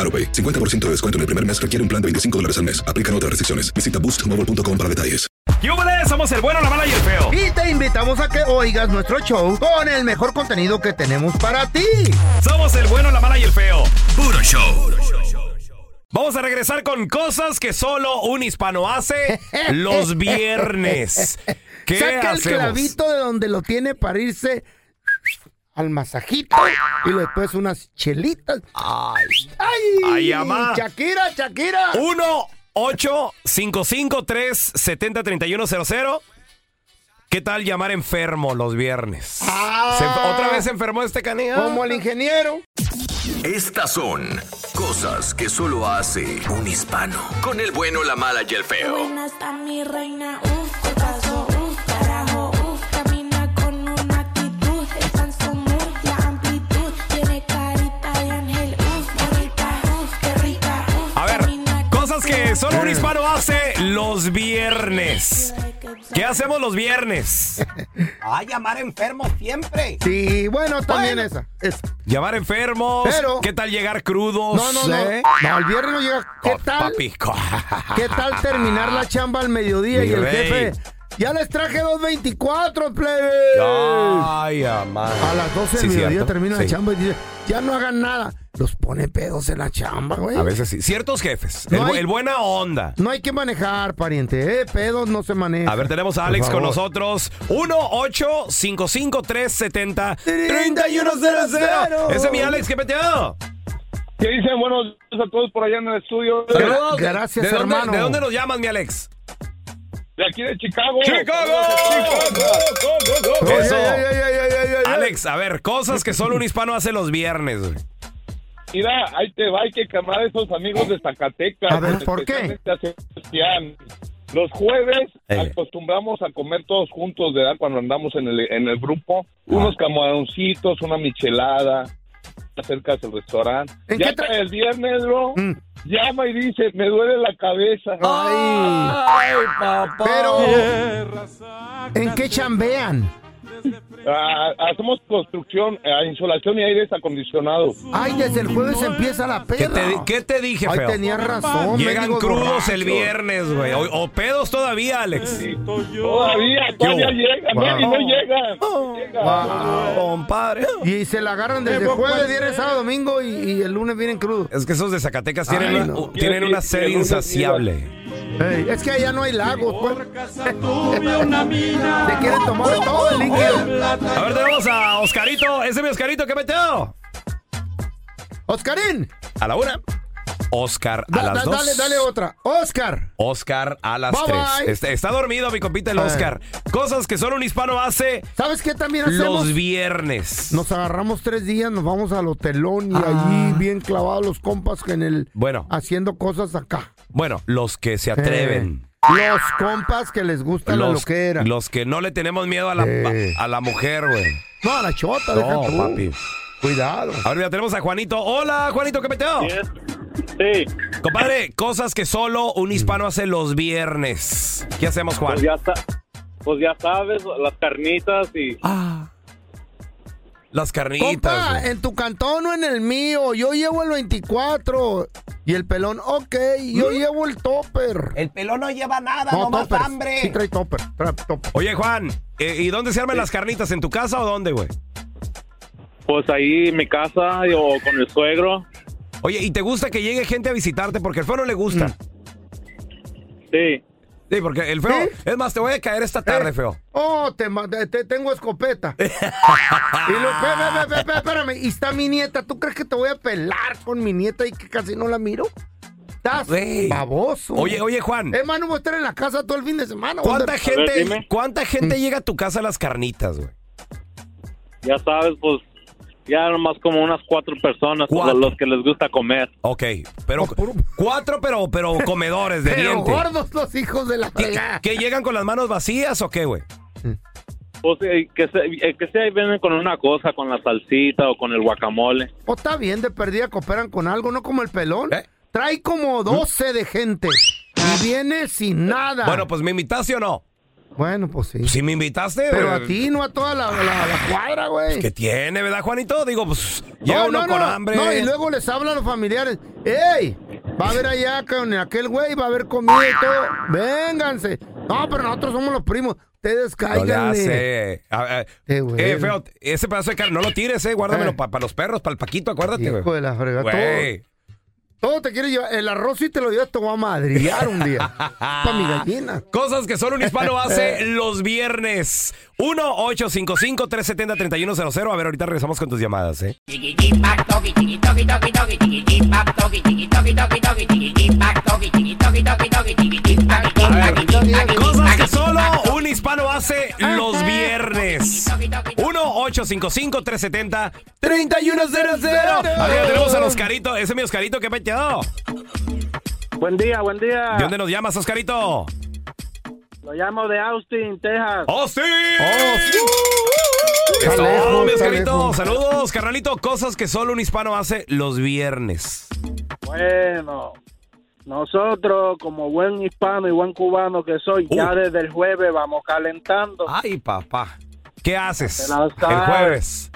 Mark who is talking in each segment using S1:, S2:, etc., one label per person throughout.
S1: AroPay. 50% de descuento en el primer mes requiere un plan de 25 dólares al mes. Aplican otras restricciones. Visita boostmobile.com para detalles.
S2: ¡Yúbales! Somos el bueno, la mala y el feo.
S3: Y te invitamos a que oigas nuestro show con el mejor contenido que tenemos para ti.
S2: Somos el bueno, la mala y el feo. Puro show. Vamos a regresar con cosas que solo un hispano hace los viernes. ¿Qué
S3: Saca el
S2: hacemos?
S3: clavito de donde lo tiene para irse al masajito y después unas chelitas. ¡Ay! ¡Ay!
S2: Ay, amá.
S3: ¡Shakira, Shakira!
S2: 1 8 553 70 31 00. ¿Qué tal llamar enfermo los viernes?
S3: Ah.
S2: Se enf- ¿Otra vez se enfermó este canilla?
S3: Como el ingeniero.
S4: Estas son cosas que solo hace un hispano. Con el bueno, la mala y el feo.
S5: buena está mi reina, uf, cotazo, uf, carajo, uf, camina con una actitud, el canso muy, la amplitud, tiene carita de ángel, uf, bonita, uf, qué rica, uf,
S2: A ver,
S5: camina con
S2: cosas que solo un hispano hace los viernes. ¿Qué hacemos los viernes?
S6: a llamar enfermo siempre.
S3: Sí, bueno, también esa. Es-
S2: Llamar enfermos.
S3: Pero-
S2: ¿Qué tal llegar crudos?
S3: No, no, no.
S2: ¿Eh?
S3: No, el viernes no llega. ¿Qué
S2: Cos-
S3: tal?
S2: papi, co-
S3: ¿Qué tal terminar la chamba al mediodía
S2: Mi
S3: y el
S2: rey.
S3: jefe? Ya les traje 2.24, plebe.
S2: Ay, amá.
S3: A las 12
S2: Sí,
S3: del mediodía
S2: cierto.
S3: termina la
S2: Sí.
S3: chamba y dice, ya no hagan nada. Los pone pedos en la chamba, güey.
S2: A veces sí. Ciertos jefes.
S3: No
S2: el, bu-
S3: hay-
S2: el buena onda.
S3: No hay que manejar, pariente. Eh, pedos no se maneja.
S2: A ver, tenemos a
S3: Por
S2: Alex con
S3: favor.
S2: nosotros. 1 8 55 370 3100
S3: 3100.
S2: Ese es mi Alex, ¿qué peteado?
S7: ¿Qué dicen? Buenos días a todos por allá en el estudio.
S3: Saludos. Gracias,
S2: ¿De dónde,
S3: hermano.
S2: ¿De dónde nos llamas, mi Alex?
S7: De aquí de Chicago.
S3: Ay,
S2: Eso.
S3: ay, ay, ay, ay, ay, ay.
S2: Alex, a ver, cosas que solo un hispano hace los viernes. güey.
S7: Mira, ahí te va, hay que calmar a esos amigos de Zacatecas.
S3: A ver, ¿por qué?
S7: especialmente a Sebastián. Los jueves
S2: Eh.
S7: acostumbramos a comer todos juntos, ¿verdad? Cuando andamos en el, en el grupo.
S2: Ah.
S7: Unos camaroncitos, una michelada, cerca del restaurante.
S3: ¿En
S7: Ya
S3: qué tra-
S7: para el viernes, bro,
S3: Mm.
S7: llama y dice, me duele la cabeza.
S3: Ay. Pero, ¿en qué chambean?
S7: Ah, hacemos construcción, eh, insolación y aire acondicionado.
S3: Ay, desde el jueves empieza la
S2: ¿Qué
S3: perra.
S2: te, di- qué te dije,
S3: Ay,
S2: feo?
S3: tenía razón.
S2: Llegan
S3: mendigo
S2: crudos
S3: borracho.
S2: el viernes, güey. O, o pedos todavía, Alex.
S7: Todavía, todavía
S2: hubo?
S7: llegan,
S3: Wow.
S7: no, y no llegan.
S2: Oh,
S7: Llegan.
S2: Compadre.
S3: Y se la agarran desde jueves, viernes, sábado, domingo y, y el lunes vienen crudos.
S2: Es que esos de Zacatecas tienen,
S3: Ay,
S2: una,
S3: no.
S2: u- tienen una sed insaciable.
S3: Ey, es que allá no hay lagos, pues. Te quieren tomar todo el líquido.
S2: A ver, tenemos a Oscarito. Ese es mi Oscarito, ¿qué metido?
S3: Oscarín,
S2: A la una. Oscar a
S3: da-
S2: las
S3: da-
S2: dos.
S3: dale, dale otra. Oscar.
S2: Oscar a las
S3: Bye,
S2: tres. Este,
S3: bye.
S2: Está, está dormido mi compita el
S3: Ah.
S2: Oscar. Cosas que solo un hispano hace
S3: ¿Sabes qué también hacemos?
S2: los viernes.
S3: Nos agarramos tres días, nos vamos al hotelón y allí bien clavados los compas que en el...
S2: Ah. Bueno.
S3: Haciendo cosas acá.
S2: Bueno, los que se atreven.
S3: Eh, los compas que les gusta la
S2: Los,
S3: loquera.
S2: los que no le tenemos miedo a la,
S3: Eh.
S2: a la mujer, güey.
S3: No, a la chota, deja
S2: No,
S3: tú.
S2: papi.
S3: Cuidado.
S2: A ver, mira, tenemos a Juanito. Hola, Juanito, ¿qué metido? Sí. Compadre, cosas que solo un hispano hace los viernes. ¿Qué hacemos, Juan?
S8: Pues ya, sa- pues ya sabes, las carnitas y...
S2: Ah. Las carnitas.
S3: Compa, Ah, en tu cantón o en el mío, yo llevo el 24 y el pelón, ok, yo llevo el topper.
S6: El pelón no lleva nada,
S3: No,
S6: nomás
S3: toppers.
S6: hambre.
S3: Sí trae topper, trae topper.
S2: Oye, Juan, eh, ¿y dónde se arman las carnitas? ¿En tu casa o dónde, güey?
S8: Pues ahí en mi casa o con el suegro.
S2: Oye, ¿y te gusta que llegue gente a visitarte? Porque al feo no le gusta.
S8: Mm. Sí.
S2: Sí, porque el feo... Es más, te voy a caer esta tarde, feo.
S3: Oh, te, ma- te- te tengo escopeta. y lo, ve, ve, ve, ve, ve, espérame, y está mi nieta. ¿Tú crees que te voy a pelar con mi nieta y que casi no la miro? Estás
S2: Güey.
S3: baboso.
S2: Oye, oye, Juan.
S3: Es más, no voy a estar en la casa todo el fin de semana. voy a Mm.
S2: ¿Cuánta
S3: andar-
S2: gente, ¿cuánta gente llega a tu casa a las carnitas, güey?
S8: Ya sabes, pues ya nomás como unas cuatro personas
S2: Cuatro.
S8: los que les gusta comer.
S2: Ok, pero cuatro, pero, pero comedores de
S3: Pero
S2: diente.
S3: gordos los hijos de la fregada.
S2: ¿Que llegan con las manos vacías o qué, güey?
S8: Pues eh, que, se, eh, que sea, y vienen con una cosa, con la salsita o con el guacamole.
S3: O está bien, de perdida cooperan con algo, no como el pelón.
S2: ¿Eh?
S3: Trae
S2: ¿Mm?
S3: como 12 de gente y viene sin nada.
S2: Bueno, pues me invitaste o no.
S3: Bueno, pues sí.
S2: Si me invitaste,
S3: Pero
S2: güey,
S3: a ti, no a toda la, la- la cuadra, güey.
S2: ¿Qué tiene, verdad, Juanito? Digo, pues llega uno con hambre.
S3: No, y luego les hablan los familiares. ¡Ey! Va a haber allá con aquel güey, va a haber comida y todo. Vénganse. No, pero nosotros somos los primos. Ustedes
S2: No le
S3: cáiganle.
S2: hace. A ver,
S3: güey.
S2: eh, feo, ese pedazo de carne no lo tires, eh. Guárdamelo para los perros, para el paquito, acuérdate, güey.
S3: Hijo de la fregada,
S2: Güey.
S3: Todo te quiere llevar. El arroz sí te lo llevas, te voy a madrillar un día. Para mi gallina.
S2: Cosas que solo un hispano hace los viernes. 1-855-370-3100. A ver, ahorita regresamos con tus llamadas, ¿eh? Cosas que solo un hispano hace los viernes. 1-855-370-3100. A ver, tenemos a Oscarito. Ese es mi Oscarito que me ha
S9: Buen día, buen día.
S2: ¿De dónde nos llamas, Oscarito?
S9: Lo llamo de Austin, Texas.
S2: ¡Austin!
S9: ¡Austin!
S2: Eso, mi Oscarito. Saludos, carnalito. Cosas que solo un hispano hace los viernes.
S9: Bueno, nosotros, como buen hispano y buen cubano que soy, ya
S2: Uh.
S9: desde el jueves vamos calentando.
S2: Ay, papá. ¿Qué haces
S9: Te la
S2: el
S9: sabes.
S2: jueves?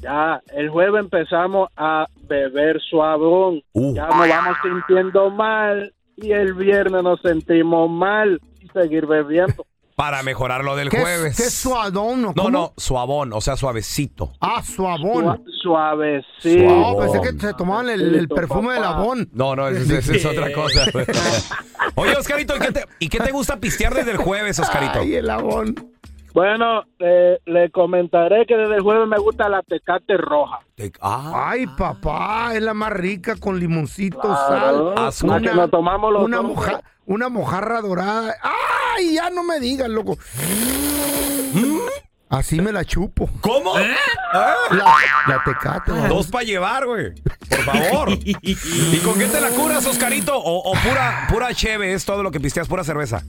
S9: Ya, el jueves empezamos a beber suavón.
S2: Uh.
S9: Ya nos vamos sintiendo mal. Y el viernes nos sentimos mal y seguir bebiendo.
S2: Para mejorar lo del
S9: ¿Qué-
S2: jueves.
S9: qué
S3: suadón?
S2: No, no, suavón, o sea, suavecito.
S3: Ah, suavón.
S9: Suavecito.
S3: No, pensé que se tomaban el, el perfume del abón.
S2: No, no, esa es, es otra cosa. Oye, Oscarito, ¿y qué, te, y qué te gusta pistear desde el jueves, Oscarito?
S3: Ay, el abón.
S9: Bueno, eh, le comentaré que desde el jueves me gusta la tecate roja.
S2: ah.
S3: Ay, papá, es la más rica con limoncito,
S9: Claro.
S3: sal.
S9: Azul. La que nos tomamos los
S3: una,
S9: dos.
S3: moja- una mojarra dorada. ¡Ay, ya no me digas, loco! Así me la chupo.
S2: ¿Cómo?
S3: La, la tecate. la-
S2: Dos para llevar, güey. Por favor. ¿Y con qué te la curas, Oscarito? ¿O, o pura, pura cheve es todo lo que pisteas, pura cerveza?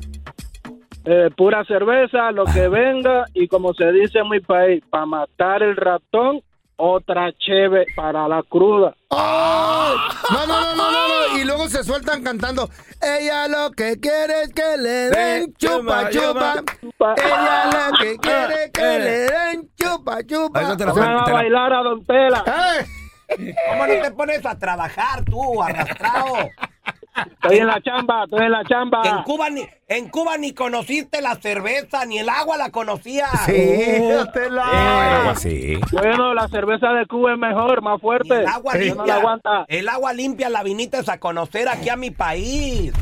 S9: Eh, pura cerveza, lo que venga, y como se dice en mi país, para matar el ratón, otra cheve para la cruda.
S3: ¡Ay!
S2: Ah.
S3: No, no, no, no, no, no. Y luego se sueltan cantando. Ella lo que quiere es que le den chupa, chupa. Ella
S6: Ah,
S3: lo que quiere es
S6: eh.
S3: que le den chupa, chupa. ¡Eh!
S9: Van a bailar a Don Tela.
S6: ¿Cómo no te pones a trabajar tú, arrastrado?
S9: Estoy en la chamba, estoy en la chamba.
S6: Que en Cuba ni, en Cuba ni conociste la cerveza, ni el agua la conocía.
S9: Uh,
S2: Eh,
S9: Eh, Bueno, la cerveza de Cuba es mejor, más fuerte.
S6: El agua
S9: Yo no la
S6: limpia.
S9: aguanta.
S6: El agua limpia la viniste a conocer aquí a mi país.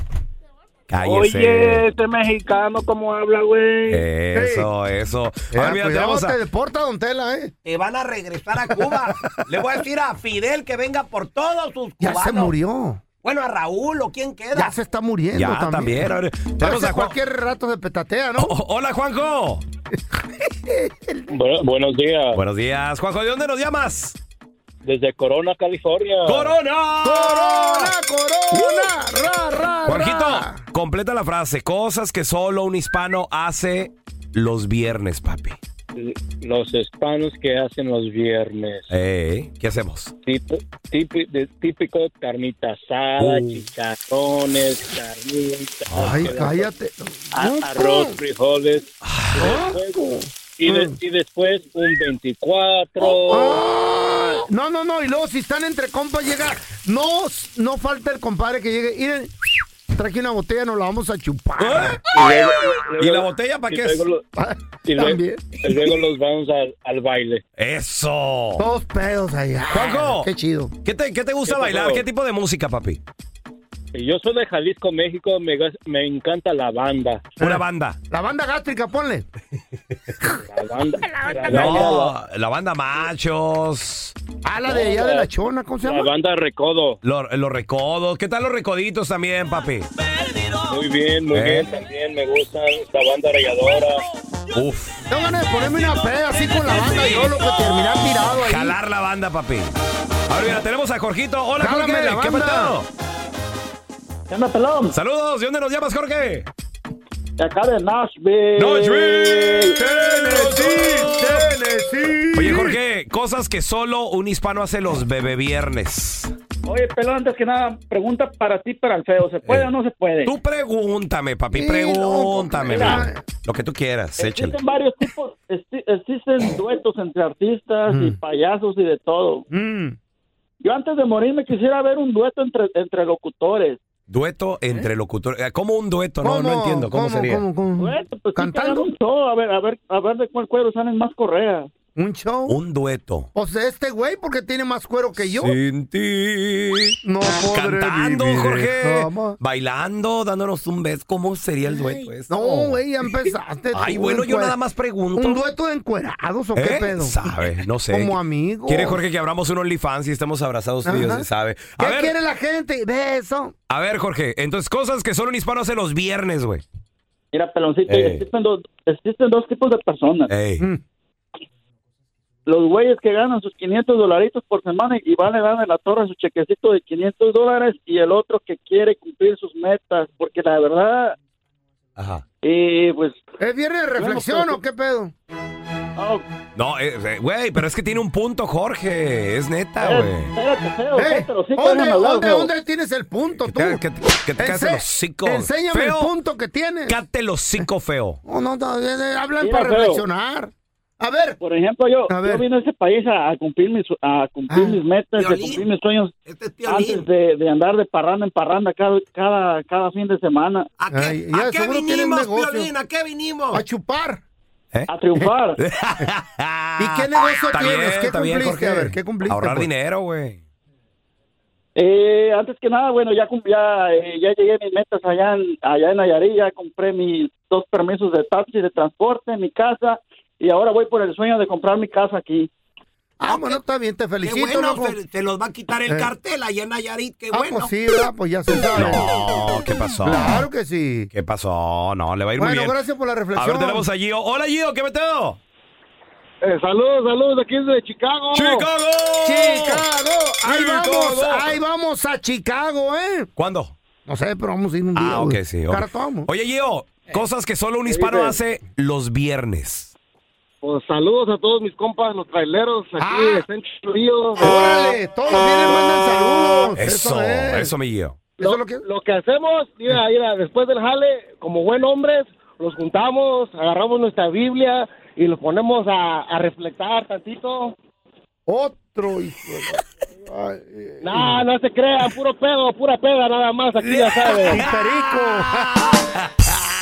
S9: Oye, este mexicano, ¿cómo habla, güey?
S2: Eso, eso. A ver, mira, tenemos a-
S3: deporta, don Tela, ¿eh?
S6: Te van a regresar a Cuba. Le voy a decir a Fidel que venga por todos sus
S3: Ya
S6: cubanos.
S3: se murió.
S6: Bueno, a Raúl, ¿o quién queda?
S3: Ya se está muriendo
S6: Ya,
S3: también.
S6: también, a ver,
S3: Ya
S6: vamos
S3: sé
S6: a Juan- Oh,
S3: cualquier rato se petatea, ¿no?
S2: hola, Juanjo.
S8: buenos días.
S2: Buenos días, Juanjo. ¿De dónde nos llamas?
S8: Desde Corona, California.
S2: ¡Corona! Uh.
S3: ¡Corona, corona! ¡Ra, ra, ra!
S2: Juanjito, completa la frase. Cosas que solo un hispano hace los viernes, papi.
S10: los hispanos que hacen los viernes.
S2: Ey, Eh, ¿Qué hacemos?
S10: Tipo, tipi- de- típico carnita asada,
S2: Uh.
S10: chicharrones, carnitas.
S3: Ay,
S10: arroz,
S3: cállate.
S10: a-
S3: No,
S10: arroz,
S3: pa.
S10: frijoles.
S2: Ah.
S10: Y,
S3: Mm.
S10: de- y después un 24.
S3: Oh, No, no, no. Y luego, si están entre compas, llega. No, no falta el compadre que llegue. Miren, traje una botella, nos la vamos a
S2: ¿Eh?
S3: chupar.
S10: Y luego- luego- y luego lo- Y luego,
S3: Ah, También.
S10: y luego los vamos al, al baile.
S2: Eso.
S3: Dos pedos allá.
S2: Juanjo.
S3: Qué chido.
S2: ¿Qué te, qué te gusta
S10: ¿Qué pasó?
S2: bailar? ¿Qué tipo de música, papi?
S10: Y Yo soy de Jalisco, México. Me, gas- me encanta la banda.
S2: Una banda.
S3: La banda gástrica, ponle.
S10: La banda. la
S2: No, la banda Machos.
S3: Ah, la de allá de la chona, ¿cómo se llama?
S10: banda Recodo.
S2: Los, recodos. ¿Qué tal los recoditos también, papi?
S10: Muy bien, muy
S2: ¿Eh?
S10: bien. También me gusta la banda regadora.
S2: Uf.
S3: Tengo ganas de ponerme una peda así con la banda y yo lo que terminar tirado ahí.
S2: Jalar la banda, papi. Ahora mira, tenemos a Jorgito. Hola,
S3: Jálame
S2: Jorge.
S3: la
S2: ¿Qué
S3: banda.
S2: petado?
S11: ¿Qué onda, pelón?
S2: Saludos. ¿De dónde nos llamas, Jorge?
S11: De acá de Nashville.
S2: Nashville, Tennessee, Tennessee. Oye, Jorge, cosas que solo un hispano hace los bebé viernes.
S11: Oye, pelón, antes que nada, pregunta para ti, para el feo. ¿Se puede o no se puede?
S2: Eh, Tú pregúntame, papi,
S11: Sí,
S2: pregúntame.
S11: no,
S2: man. Lo que tú quieras, échale.
S11: Existen varios tipos, esti-
S2: Mm.
S11: existen duetos entre artistas y payasos y de todo.
S2: Mm.
S11: Yo antes de morirme quisiera ver un dueto entre, entre locutores.
S2: Dueto entre locutores. Eh, ¿Cómo un dueto? No, no entiendo. ¿Cómo, sería?
S11: Dueto, pues, sí, que hagan un show, a ver, a ver, a ver de cuál cuero salen más correas.
S3: ¿Un show?
S2: Un dueto.
S3: O sea, este güey, porque tiene más cuero que yo.
S2: Sin ti.
S3: No podré
S2: Ah, Cantando,
S3: vivir,
S2: Jorge.
S3: jamás.
S2: Bailando, dándonos un beso. ¿Cómo sería el dueto este?
S3: No, güey, ya empezaste.
S2: Ay,
S3: tú,
S2: bueno, yo
S3: encuera-
S2: nada más pregunto.
S3: ¿Un dueto de encuerados o qué
S2: ¿Eh?
S3: pedo?
S2: Sabe, no sé.
S3: Como amigos.
S2: Quiere Jorge que abramos un OnlyFans y estamos abrazados tú y yo,
S3: Ajá.
S2: se sabe.
S3: ¿Qué
S2: A ver,
S3: quiere la gente? De eso.
S2: a ver, Jorge, entonces cosas que solo un hispano hace los viernes, güey. Eh,
S11: Mira, peloncito,
S2: Ey.
S11: existen dos, existen dos tipos de personas.
S3: Mm.
S11: Los güeyes que ganan sus 500 dolaritos por semana y van a dar en la torre su chequecito de 500 dólares y el otro que quiere cumplir sus metas, porque la verdad,
S2: Ajá.
S11: eh, pues...
S3: ¿Es viernes de reflexión o qué pedo?
S2: No, eh, eh, güey, pero es que tiene un punto, Jorge. Es neta, güey.
S11: Espérate, feo,
S3: Eh,
S11: cállate los hijos,
S3: ¿Dónde,
S11: déjame hablar,
S3: dónde,
S11: feo.
S3: dónde tienes el punto tú?
S2: Que, te- que te caes el hocico.
S3: Enséñame el
S2: Feo,
S3: punto que tienes.
S2: Cate el hocico feo.
S3: No, no, no, eh, eh, hablan
S11: Mira,
S3: para
S11: feo.
S3: reflexionar. A ver.
S11: Por ejemplo, yo,
S3: A ver. Ah,
S11: yo vine a este país a, a cumplir mis, a cumplir mis metas, a cumplir mis sueños antes de, de andar de parranda en parranda cada, cada, cada fin de semana. ¿A
S3: Ay, ya seguro tiene un negocio.
S2: ¿A qué vinimos?
S3: A chupar.
S11: A triunfar.
S3: ¿Y qué negocio
S2: ¿Eh? Está
S3: tienes?
S2: bien,
S3: ¿Qué
S2: está bien,
S3: cumpliste?
S2: Jorge.
S3: A ver, ¿qué cumpliste?
S2: Ahorrar
S3: pues?
S2: dinero, güey.
S11: Eh, antes que nada, bueno, ya cum- ya, eh, ya llegué a mis metas allá en, allá en Nayarit, ya compré mis dos permisos de taxi, de transporte, mi casa, y ahora voy por el sueño de comprar mi casa aquí.
S3: Ah, bueno, está bien, te felicito.
S6: bueno,
S3: loco.
S6: se, se los va a quitar el
S3: Eh.
S6: cartel allá en Nayarit, qué
S3: Ah,
S6: bueno.
S3: pues sí, ¿verdad? Pues ya se sabe.
S2: No, Oh, ¿qué pasó?
S3: Claro que sí.
S2: ¿Qué pasó? No, le va a ir muy
S3: Bueno,
S2: bien.
S3: gracias por la
S2: A
S3: reflexión.
S2: ver, tenemos a Gio. Hola, Gio, ¿qué meteo?
S9: Eh, saludos, saludos, aquí de Chicago.
S2: ¡Chicago!
S3: Chicago, ahí
S2: Chicago.
S3: vamos, ahí vamos a Chicago, ¿eh?
S2: ¿Cuándo?
S3: No sé, pero vamos a ir un día.
S2: Ah, ok,
S3: güey.
S2: sí. ok.
S3: Cara, tomo.
S2: Oye, Gio, cosas que solo un hispano hace los viernes.
S9: Pues saludos a todos mis compas, los traileros, aquí están churíos.
S3: Ah. ¡Órale! Todos los viernes mandan saludos.
S2: Eso, eso, mi Gio.
S9: Lo, lo que hacemos, mira, mira, después del jale, como buen hombres, los juntamos, agarramos nuestra Biblia y los ponemos a, a reflectar tantito.
S3: Otro hijo. de- Ay, eh,
S9: No, no se crean, puro pedo, pura peda nada más, aquí ya
S3: un
S9: sabes.
S3: perico.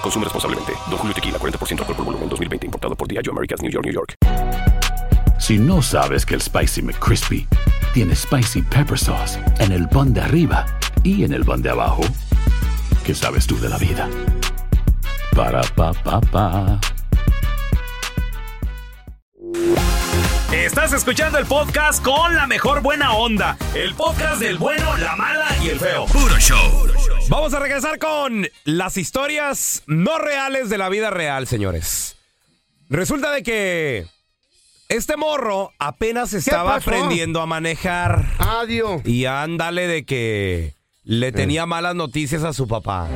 S12: Consume responsablemente. Don Julio Tequila 40% alcohol por volumen 2020 importado por Diageo Americas New York New York.
S13: Si no sabes que el Spicy McCrispy tiene spicy pepper sauce en el pan de arriba y en el pan de abajo, ¿qué sabes tú de la vida? Para pa pa pa.
S2: Estás escuchando el podcast con la mejor buena onda. El podcast del bueno, la mala y el feo. Puro show. Vamos a regresar con las historias no reales de la vida real, señores. Resulta de que este morro apenas estaba
S3: pasó?
S2: aprendiendo a manejar. Adiós. Y ándale de que
S12: Eh.
S2: le tenía malas noticias a su papá.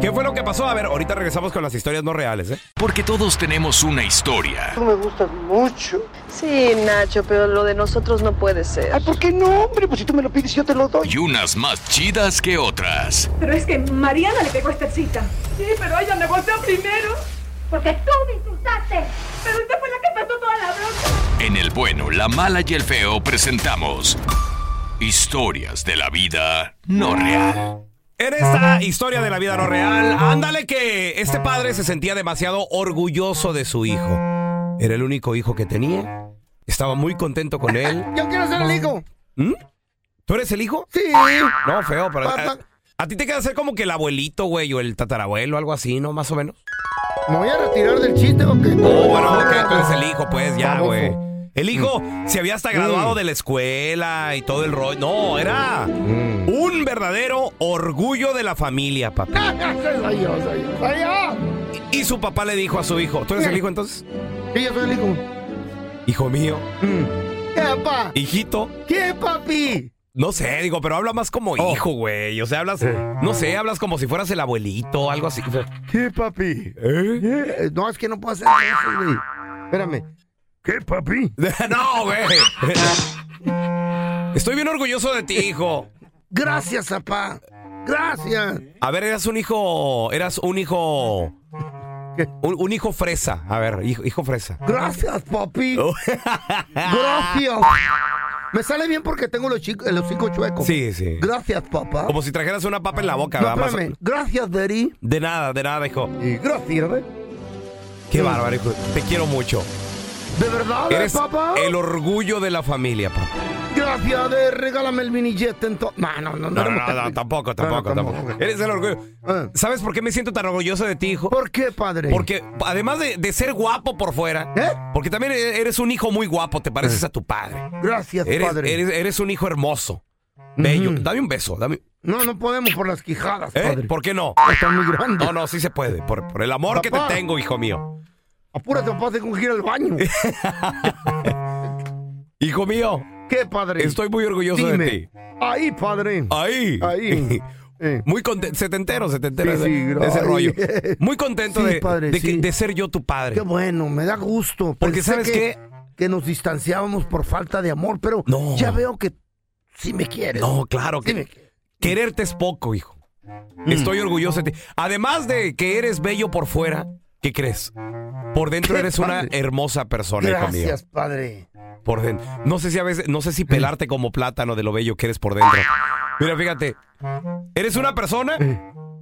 S2: ¿Qué fue lo que pasó? A ver, ahorita regresamos con las historias no reales, ¿eh?
S12: Porque todos tenemos una historia.
S14: Tú me gustas mucho.
S15: Sí, Nacho, pero lo de nosotros no puede ser.
S14: Ay, ¿por qué no, hombre? Pues si tú me lo pides, yo te lo doy.
S12: Y unas más chidas que otras.
S16: Pero es que Mariana le pegó esta cita. Sí, pero ella me golpeó primero. Porque tú me insultaste. Pero usted fue la que pasó toda la bronca.
S12: En el bueno, la mala y el feo presentamos historias de la vida no real.
S2: En esta historia de la vida no real, ándale que este padre se sentía demasiado orgulloso de su hijo. Era el único hijo que tenía. Estaba muy contento con él.
S3: Yo quiero ser el hijo.
S2: ¿Mm? ¿Tú eres el hijo? Sí. No, feo, pero... A, a ti te queda ser como que el abuelito, güey, o el tatarabuelo, algo así, ¿no? Más o menos.
S3: ¿Me voy a retirar del chiste o qué?
S2: Oh, bueno, ok, tú eres el hijo, pues, ya, güey. El hijo
S3: Mm.
S2: se había hasta graduado de la escuela y todo el rollo. No, era
S3: Mm.
S2: un verdadero orgullo de la familia, papá.
S3: Soy yo, soy yo. Soy yo.
S2: Y su papá le dijo a su hijo, ¿tú eres el hijo entonces?
S3: Sí, yo soy el hijo.
S2: Hijo mío,
S3: Mm. ¿Qué, papá?
S2: hijito,
S3: ¿Qué, papi?
S2: no sé, digo, pero habla más como hijo, güey. O sea, hablas, no sé, hablas como si fueras el abuelito, algo así.
S3: ¿Qué, papi? Eh, No, es que no puedo hacer eso, güey. Espérame. ¿Qué, papi?
S2: no, güey. Estoy bien orgulloso de ti, hijo.
S3: Gracias, papá. Gracias.
S2: A ver, eras un hijo, eras un hijo, un, un hijo fresa. A ver, hijo, hijo fresa.
S3: Gracias, papi. Gracias. Me sale bien porque tengo los, chicos, los cinco chuecos.
S2: Sí, sí.
S3: Gracias, papá.
S2: Como si trajeras una papa en la boca,
S3: No,
S2: ¿verdad? Más-
S3: espérame. Gracias, Deri.
S2: De nada, de nada, hijo.
S3: Gracias, ¿eh?
S2: Qué bárbaro, hijo. Te quiero mucho.
S3: ¿De verdad, eh,
S2: Eres
S3: papá?
S2: el orgullo de la familia, papá.
S3: Gracias, Deri. Regálame el mini jet. ento- No, no, no.
S2: No, no,
S3: no,
S2: no, no, tampoco, tampoco, tampoco. Eres el orgullo. ¿Sabes por qué me siento tan orgulloso de ti, hijo?
S3: Ah. ¿Por qué, padre? ¿Eh?
S2: Porque además de, de ser guapo por fuera, porque también e- eres un hijo muy guapo, te pareces a tu padre.
S3: Gracias,
S2: Eres,
S3: padre.
S2: eres- eres un hijo hermoso, bello. Dame un beso, dame.
S3: No, no podemos por las quijadas,
S2: ¿Eh?
S3: padre.
S2: ¿Por qué no?
S3: Está muy grande.
S2: No, no, sí se puede. Por, por el amor que
S3: Papá.
S2: te tengo, hijo mío.
S3: Apúrate, papá, tengo que ir al baño.
S2: Hijo mío,
S3: ¿Qué, padre?
S2: estoy muy orgulloso
S3: Dime.
S2: de ti.
S3: Ahí, padre.
S2: Ahí.
S3: Ahí. Eh.
S2: Muy contento, setentero, setentero
S3: Sí,
S2: ese-
S3: sí,
S2: de ese
S3: ay.
S2: rollo. Muy contento
S3: Sí,
S2: de,
S3: padre,
S2: de que-
S3: sí.
S2: de ser yo tu padre.
S3: Qué bueno, me da gusto.
S2: Porque,
S3: Pensé
S2: ¿sabes
S3: que,
S2: qué?
S3: que nos distanciábamos por falta de amor, pero ya veo que sí me quieres.
S2: No, claro que quererte es poco, hijo.
S3: Mm.
S2: Estoy orgulloso de ti. Además de que eres bello por fuera, ¿qué crees? Por dentro
S3: Qué
S2: eres una
S3: padre.
S2: hermosa persona, hijo
S3: Gracias,
S2: mío.
S3: padre.
S2: Por dentro. No sé si a veces, no sé si pelarte como plátano de lo bello que eres por dentro. Mira, fíjate, eres
S3: Mm.
S2: una persona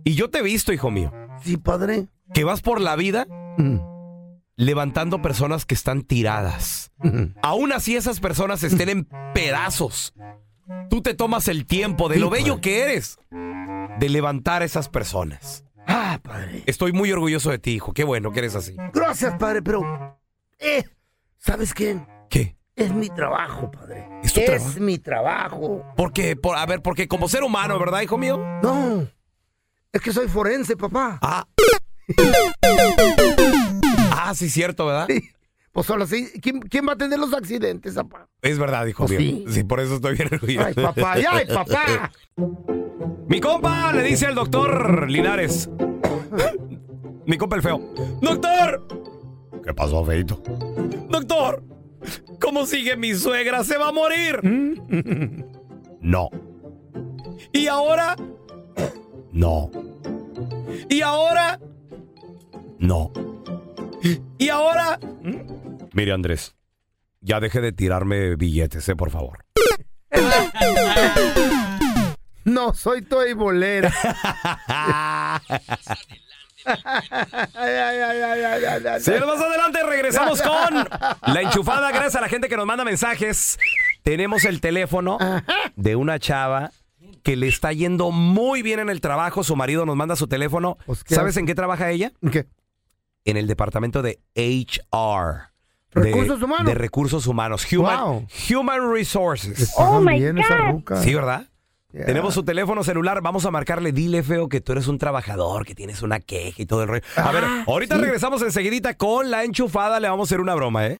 S2: y yo te he visto, hijo mío,
S3: Sí, padre. Mm.
S2: que vas por la vida levantando personas que están tiradas. Aún así esas personas estén en pedazos. Tú te tomas el tiempo de lo bello que eres de levantar esas personas.
S3: Ah, padre.
S2: Estoy muy orgulloso de ti, hijo. Qué bueno que eres así.
S3: Gracias, padre, pero. Eh, ¿Sabes qué?
S2: ¿Qué?
S3: Es mi trabajo, padre.
S2: ¿Es tu trabajo?
S3: mi trabajo.
S2: Porque, por, a ver, porque como ser humano, ¿verdad, hijo mío?
S3: No. Es que soy forense, papá.
S2: Ah. Ah, sí, cierto, ¿verdad?
S3: Pues ahora sí. ¿Quién, quién va a atender los accidentes, papá?
S2: Es verdad, hijo mío. Sí. por eso estoy bien orgulloso.
S3: Pues Ay, papá, ay, ay, papá.
S2: Mi compa le dice al doctor Linares. Mi compa el feo. Doctor,
S17: ¿Qué pasó, Feito?
S2: doctor, ¿Cómo sigue mi suegra? ¡Se va a morir! Mm. No. ¿Y ahora? No. ¿Y ahora? No. ¿Y ahora? Mire, Andrés, ya deje de tirarme billetes, eh, por favor.
S3: No, soy toy bolera.
S2: Señores, más adelante regresamos con la enchufada. Gracias a la gente que nos manda mensajes. Tenemos el teléfono de una chava que le está yendo muy bien en el trabajo. Su marido nos manda su teléfono.
S3: Pues,
S2: ¿Sabes en qué trabaja ella? En el departamento de HR. de-
S3: ¿Recursos humanos?
S2: De recursos humanos. Human,
S3: Wow.
S2: human Resources.
S3: Oh, my bien esa God. ruca.
S2: Sí, ¿verdad? Tenemos su teléfono celular, vamos a marcarle, dile feo que tú eres un trabajador, que tienes una queja y todo el rollo. A ver,
S3: Ah,
S2: ahorita regresamos enseguidita con la enchufada, le vamos a hacer una broma, ¿eh?